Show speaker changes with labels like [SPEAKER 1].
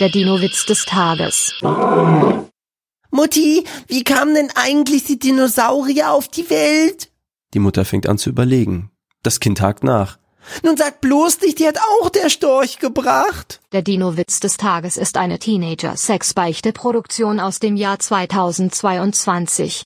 [SPEAKER 1] Der Dino-Witz des Tages.
[SPEAKER 2] Mutti, wie kamen denn eigentlich die Dinosaurier auf die Welt?
[SPEAKER 3] Die Mutter fängt an zu überlegen. Das Kind hakt nach.
[SPEAKER 2] Nun sag bloß nicht, die hat auch der Storch gebracht.
[SPEAKER 1] Der Dino-Witz des Tages ist eine Teenager-Sex-Beichte-Produktion aus dem Jahr 2022.